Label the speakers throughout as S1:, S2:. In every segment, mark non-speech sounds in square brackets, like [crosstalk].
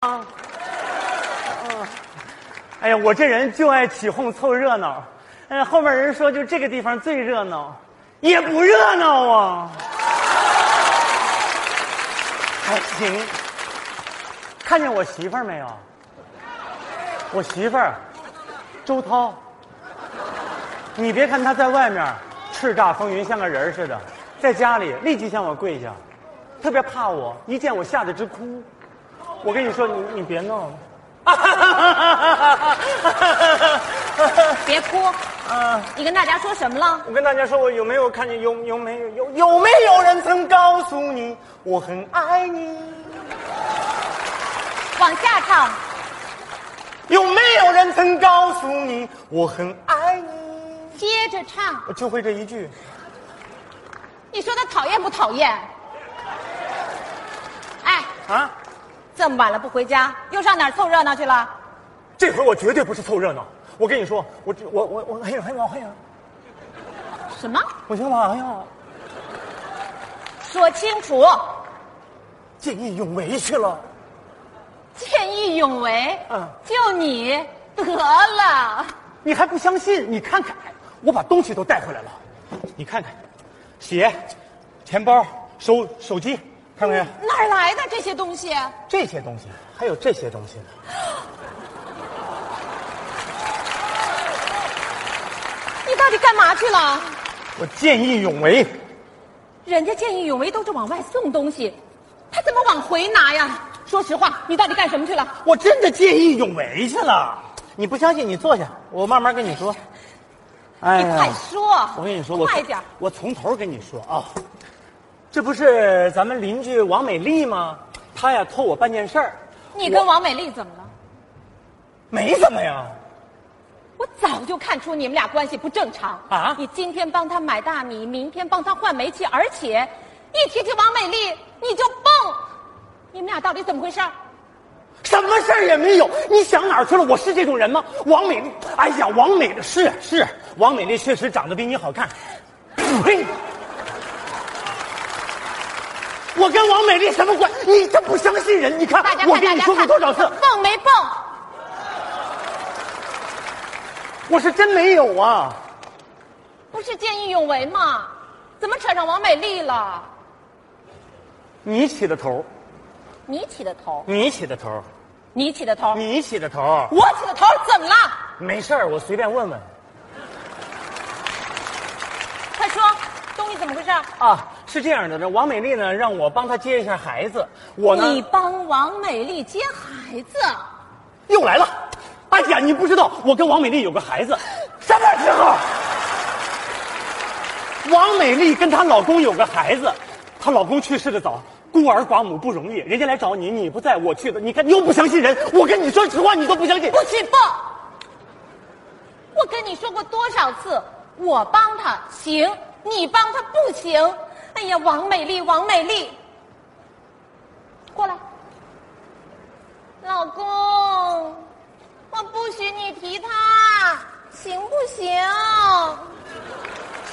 S1: 啊，哦，哎呀，我这人就爱起哄凑热闹。哎，后面人说就这个地方最热闹，也不热闹啊。哎，你看见我媳妇儿没有？我媳妇儿，周涛。你别看她在外面叱咤风云，像个人儿似的，在家里立即向我跪下，特别怕我，一见我吓得直哭。我跟你说，你你别闹了。
S2: 别哭，呃你跟大家说什么了？
S1: 我跟大家说，我有没有看见有有没有有有没有人曾告诉你我很爱你？
S2: 往下唱，
S1: 有没有人曾告诉你我很爱你？
S2: 接着唱。
S1: 我就会这一句，
S2: 你说他讨厌不讨厌？哎，
S1: 啊，
S2: 这么晚了不回家，又上哪儿凑热闹去了？
S1: 这回我绝对不是凑热闹。我跟你说，我这我我我，哎呀哎呀哎呀，
S2: 什么？
S1: 我想嘛呀，
S2: 说清楚，
S1: 见义勇为去了。
S2: 见义勇为。
S1: 嗯
S2: 就你得了，
S1: 你还不相信？你看看，我把东西都带回来了。你看看，鞋、钱包、手手机，看没有？
S2: 哪儿来的这些东西？
S1: 这些东西，还有这些东西呢。
S2: 你到底干嘛去了？
S1: 我见义勇为，
S2: 人家见义勇为都是往外送东西，他怎么往回拿呀？说实话，你到底干什么去了？
S1: 我真的见义勇为去了。你不相信，你坐下，我慢慢跟你说。哎
S2: 你快说！
S1: 我跟你说，我
S2: 快点儿！
S1: 我从头跟你说啊，这不是咱们邻居王美丽吗？她呀托我办件事儿，
S2: 你
S1: 我
S2: 跟王美丽怎么了？
S1: 没怎么呀。
S2: 我早就看出你们俩关系不正常
S1: 啊
S2: 你今天帮她买大米，明天帮她换煤气，而且一提起王美丽你就蹦，你们俩到底怎么回事？
S1: 什么事儿也没有，你想哪儿去了？我是这种人吗？王美丽，哎呀，王美丽是是，啊王美丽确实长得比你好看。呸！我跟王美丽什么关？你这不相信人？你看
S2: 大家看，
S1: 我跟你说过多少次
S2: 大，家看蹦没蹦？
S1: 我是真没有啊！
S2: 不是见义勇为吗？怎么扯上王美丽了？
S1: 你起的头，
S2: 你起的头，
S1: 你起的头，
S2: 你起的头，
S1: 你起的头，
S2: 我起的头，怎么了？
S1: 没事儿，我随便问问
S2: 快说，东西怎么回事？
S1: 啊。是这样的，这王美丽呢，让我帮她接一下孩子，我呢
S2: 你帮王美丽接孩子，
S1: 又来了。哎呀，你不知道，我跟王美丽有个孩子，什么时候？王美丽跟她老公有个孩子，她老公去世的早，孤儿寡母不容易。人家来找你，你不在，我去的。你看，你又不相信人。我跟你说实话，你都不相信。
S2: 不许蹦！我跟你说过多少次，我帮他行，你帮他不行。哎呀，王美丽，王美丽，过来，老公，我不许你提他，行不行？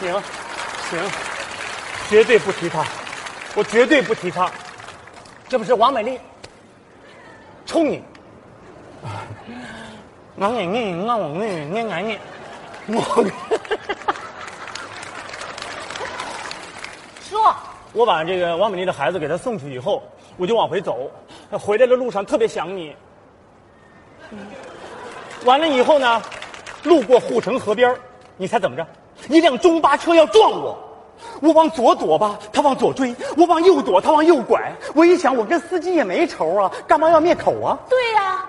S1: 行，行，绝对不提她，我绝对不提她。这不是王美丽，冲你！王美丽，让我妹妹念你，我。
S2: 说，
S1: 我把这个王美丽的孩子给她送去以后，我就往回走。回来的路上特别想你。完了以后呢，路过护城河边儿你猜怎么着？一辆中巴车要撞我，我往左躲吧，他往左追；我往右躲，他往右拐。我一想，我跟司机也没仇啊，干嘛要灭口啊？
S2: 对呀、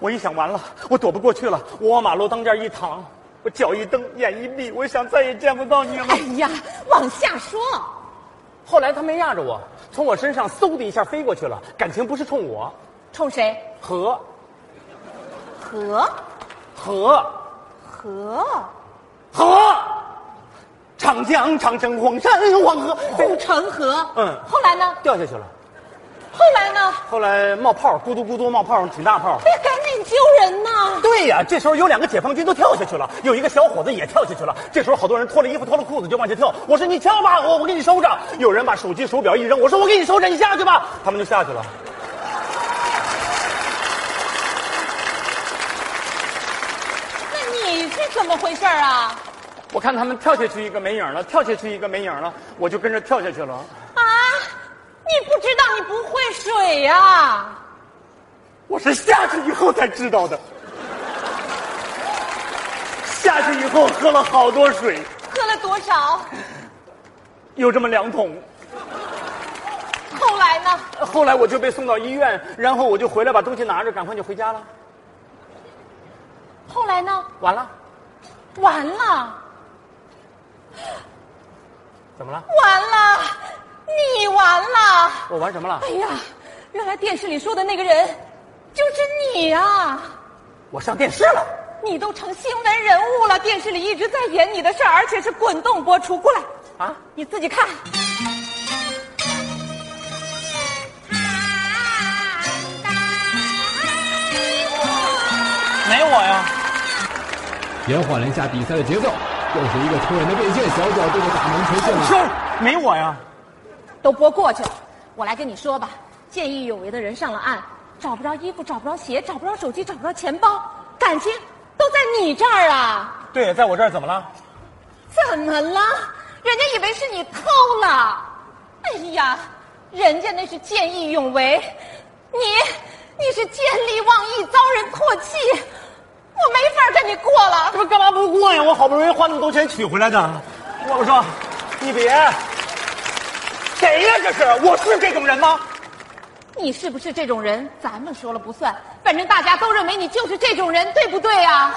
S1: 我一想，完了，我躲不过去了，我往马路当间一躺，我脚一蹬，眼一闭，我想再也见不到你了
S2: 哎。呀，往下说，
S1: 后来他没压着我，从我身上嗖的一下飞过去了。感情不是冲我，
S2: 冲谁？
S1: 和
S2: 和
S1: 和
S2: 和
S1: 和，长江、长城、黄山、黄河，
S2: 护城河。
S1: 嗯
S2: 后来呢？
S1: 掉下去了。
S2: 后来呢？
S1: 后来冒泡，咕嘟咕嘟冒泡，挺大
S2: [laughs]
S1: 泡。
S2: 哎呀，赶紧救人呐！
S1: 对呀、这时候有两个解放军都跳下去了，有一个小伙子也跳下去了。这时候好多人脱了衣服、脱了裤子就往下跳。我说你跳吧，我我给你收着。有人把手机、手表一扔，我说我给你收着，你下去吧。他们就下去了。
S2: 怎么回事儿啊？
S1: 我看他们跳下去一个没影了，跳下去一个没影了，我就跟着跳下去了。
S2: 啊，你不知道你不会水呀、
S1: 我是下去以后才知道的。下去以后喝了好多水，
S2: 喝了多少？
S1: 有这么两桶。
S2: 后来呢？
S1: 后来我就被送到医院，然后我就回来把东西拿着，赶快就回家了。
S2: 后来呢？
S1: 完了，
S2: 完了，
S1: 怎么了？
S2: 完了，你完了！
S1: 我玩什么了
S2: 哎？呀，原来电视里说的那个人就是你啊！
S1: 我上电视了。
S2: 你都成新闻人物了，电视里一直在演你的事儿，而且是滚动播出。过来，
S1: 啊，
S2: 你自己看。
S1: 没我呀。
S3: 延缓了一下比赛的节奏，又是一个突然的变线，小脚对着大门锤进了。
S1: 是，没我呀。
S2: 都拨过去了。我来跟你说吧，见义勇为的人上了岸，找不着衣服，找不着鞋，找不着手机，找不着钱包，感情都在你这儿啊！
S1: 对，在我这儿怎么了？
S2: 怎么了？人家以为是你偷了。哎呀，人家那是见义勇为，你你是见利忘义，遭人唾弃，我没法跟你过了。
S1: 这不干嘛不过呀？我好不容易花那么多钱取回来的。我说，你别，谁呀、这是？我是这种人吗？
S2: 你是不是这种人？咱们说了不算，反正大家都认为你就是这种人，对不对啊？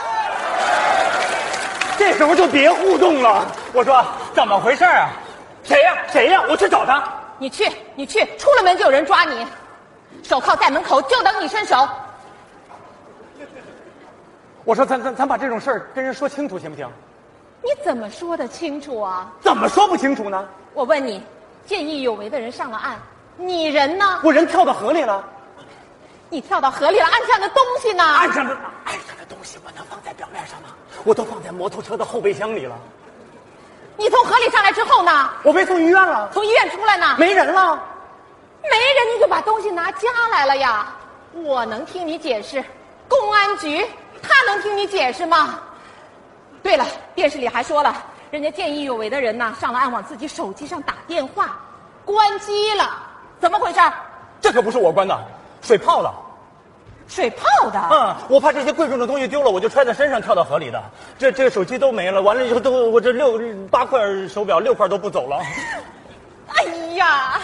S1: 这时候就别互动了。我说怎么回事啊？谁呀、谁呀、我去找他。
S2: 你去，你去，出了门就有人抓你，手铐在门口，就等你伸手。
S1: 我说咱咱咱把这种事儿跟人说清楚行不行？
S2: 你怎么说得清楚啊？
S1: 怎么说不清楚呢？
S2: 我问你，见义勇为的人上了岸，你人呢？
S1: 我人跳到河里了，
S2: 你跳到河里了，岸上的东西呢？
S1: 岸上的岸上的东西我能放在表面上吗？我都放在摩托车的后备箱里了。
S2: 你从河里上来之后呢？
S1: 我被送医院了，
S2: 从医院出来呢？
S1: 没人了。
S2: 没人，你就把东西拿家来了呀？我能听你解释，公安局他能听你解释吗？对了，电视里还说了，人家见义勇为的人呐，上了岸往自己手机上打电话，关机了，怎么回事儿？
S1: 这可不是我关的，水泡的。
S2: 水泡的。
S1: 嗯，我怕这些贵重的东西丢了，我就揣在身上跳到河里的。这这手机都没了，完了以后都我这六八块手表六块都不走了。
S2: 哎呀，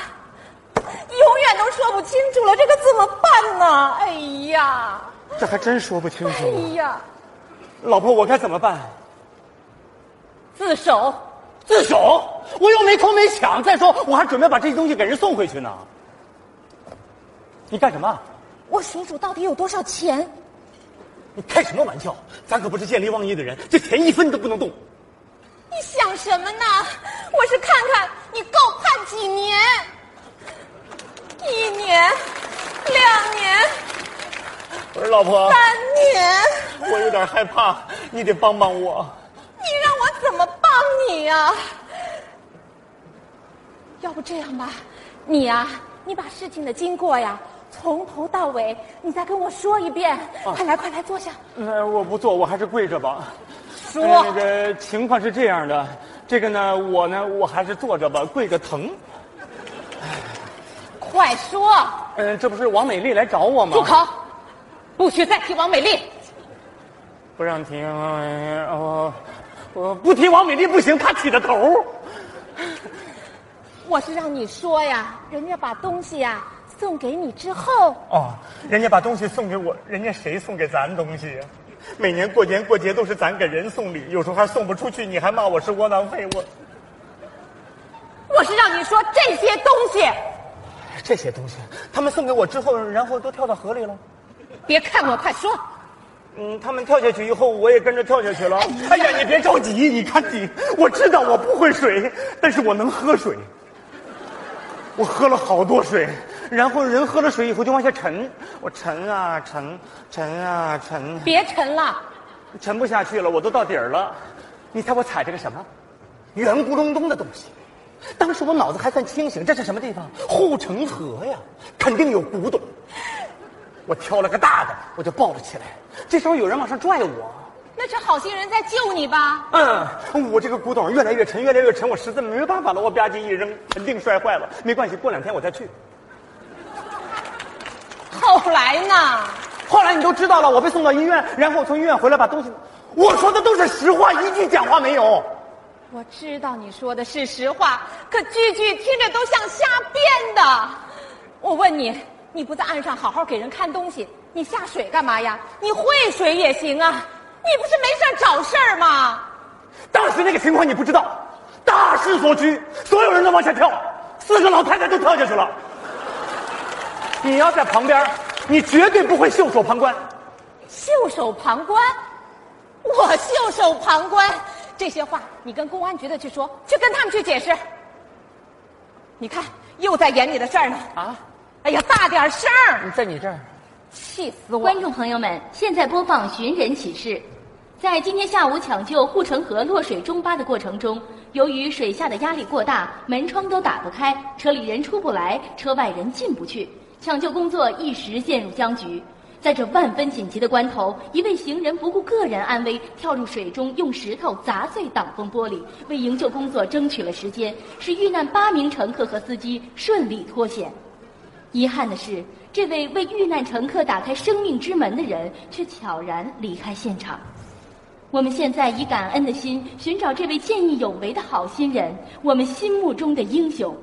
S2: 永远都说不清楚了，这可怎么办呢？哎呀，
S1: 这还真说不清
S2: 哎呀，
S1: 老婆，我该怎么办？
S2: 自首。
S1: 自首？我又没偷没抢，再说我还准备把这些东西给人送回去呢。你干什么？
S2: 我数数到底有多少钱？
S1: 你开什么玩笑？咱可不是见利忘义的人，这钱一分都不能动。
S2: 你想什么呢？我是看看你够判几年，一年、两年、
S1: 我说老婆，
S2: 三年，
S1: 我有点害怕，你得帮帮我。
S2: 你让我怎么帮你呀、要不这样吧，你呀、你把事情的经过呀，从头到尾，你再跟我说一遍。
S1: 哦
S2: 快来，快来，坐下。
S1: 那我不做，我还是跪着吧。
S2: 说
S1: 呃那个情况是这样的，这个呢，我呢，我还是坐着吧，跪着疼。
S2: 快说，
S1: 嗯、这不是王美丽来找我吗？
S2: 住口！不许再提王美丽。
S1: 不让提王美丽，哦，我不提王美丽不行，她起的头。
S2: 我是让你说呀，人家把东西呀送给你之后，
S1: 哦，人家把东西送给我，人家谁送给咱东西呀？每年过年过节都是咱给人送礼，有时候还送不出去，你还骂我是窝囊废，我
S2: 我是让你说这些东西。
S1: 这些东西，他们送给我之后，然后都跳到河里了。
S2: 别看我，快说！
S1: 嗯，他们跳下去以后，我也跟着跳下去了。哎呀，你别着急，你看你，我知道我不会水，但是我能喝水。我喝了好多水，然后人喝了水以后就往下沉，我沉啊沉，沉啊沉，
S2: 别沉了，
S1: 沉不下去了，我都到底儿了。你猜我踩着个什么？圆咕隆咚的东西。当时我脑子还算清醒，这是什么地方？护城河呀，肯定有古董。我挑了个大的，我就抱了起来。这时候有人往上拽我，
S2: 那是好心人在救你吧？
S1: 嗯，我这个古董越来越沉，越来越沉，我实在没办法了，我吧唧一扔，肯定摔坏了。没关系，过两天我再去。
S2: 后来呢？
S1: 后来你都知道了，我被送到医院，然后从医院回来把东西，我说的都是实话，一句假话没有。
S2: 我知道你说的是实话，可句句听着都像瞎编的。我问你，你不在岸上好好给人看东西，你下水干嘛呀？你会水也行啊，你不是没事儿找事儿吗？
S1: 当时那个情况你不知道，大势所趋，所有人都往下跳，四个老太太都跳下去了。你要在旁边，你绝对不会袖手旁观。
S2: 袖手旁观，我袖手旁观，这些话你跟公安局的去说，去跟他们去解释。你看，又在演你的事儿呢。
S1: 啊，
S2: 哎呀，大点声儿，
S1: 在你这儿，
S2: 气死我！
S4: 观众朋友们，现在播放寻人启事。在今天下午抢救护城河落水中巴的过程中，由于水下的压力过大，门窗都打不开，车里人出不来，车外人进不去，抢救工作一时陷入僵局。在这万分紧急的关头，一位行人不顾个人安危，跳入水中，用石头砸碎挡风玻璃，为营救工作争取了时间，使遇难八名乘客和司机顺利脱险。遗憾的是，这位为遇难乘客打开生命之门的人，却悄然离开现场。我们现在以感恩的心寻找这位见义勇为的好心人，我们心目中的英雄。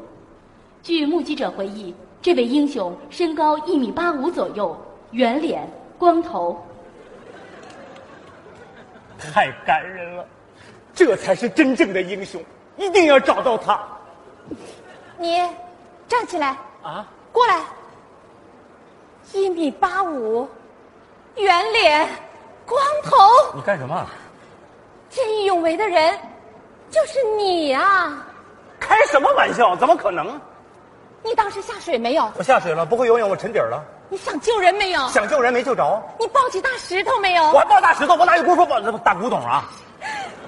S4: 据目击者回忆，这位英雄身高一米八五左右，圆脸、光头。
S1: 太感人了，这才是真正的英雄，一定要找到他
S2: 你站起来，
S1: 啊！
S2: 过来。一米八五，圆脸，光头，
S1: 你干什么？啊
S2: 见义勇为的人就是你啊！
S1: 开什么玩笑？怎么可能？
S2: 你当时下水没有？
S1: 我下水了，不会游泳，我沉底儿了。
S2: 你想救人没有？
S1: 想救人没救着，
S2: 你抱起大石头没
S1: 我
S2: 有？
S1: 还抱大石头，我哪有功夫抱大古董啊？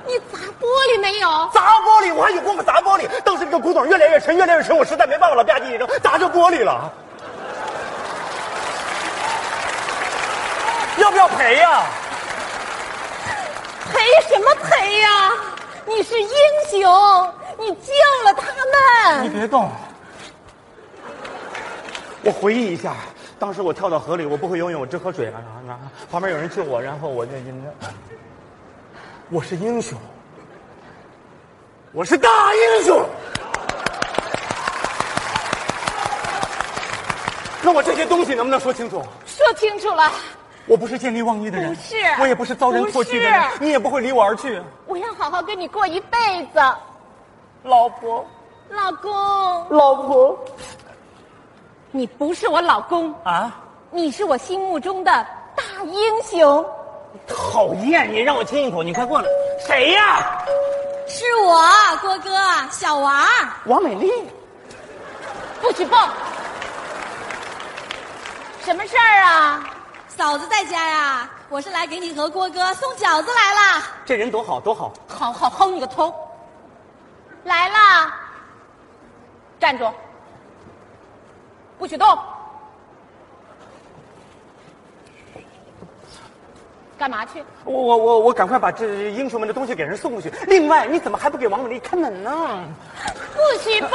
S2: 你砸玻璃没有？
S1: 砸玻璃，我还有功夫砸玻璃。当时这个古董越来越沉，越来越沉，我实在没办法了，吧唧一扔，砸着玻璃了。要不要赔呀、
S2: 赔什么赔呀、你是英雄，你救了他
S1: 你
S2: 们。
S1: 别动。我回忆一下，当时我跳到河里，我不会游泳，我只喝水啊啊啊！旁边有人救我，然后我就，我是英雄，我是大英雄。那我这些东西能不能说清楚？
S2: 说清楚了，
S1: 我不是见利忘义的人，
S2: 不是
S1: 我也不是遭人唾弃的人
S2: 不，是
S1: 你也不会离我而去，啊
S2: 我要好好跟你过一辈子，
S1: 老婆，
S2: 老公。
S1: 老婆
S2: 你不是我老公，
S1: 啊！
S2: 你是我心目中的大英雄，
S1: 讨厌，你让我亲一口，你快过来，谁呀、
S2: 是我郭哥小王，
S1: 王美丽，
S2: 不许碰。什么事儿啊？嫂子在家呀，我是来给你和郭哥送饺子来啦。
S1: 这人多好多好，
S2: 好好哼你个头！来啦！站住！不许动！干嘛去？
S1: 我我我我赶快把这英雄们的东西给人送过去。另外，你怎么还不给王美丽开门呢？
S2: 不许动！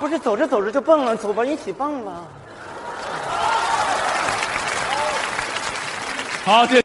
S1: 不是走着走着就蹦了，走吧，一起蹦吧。
S3: 好，谢谢。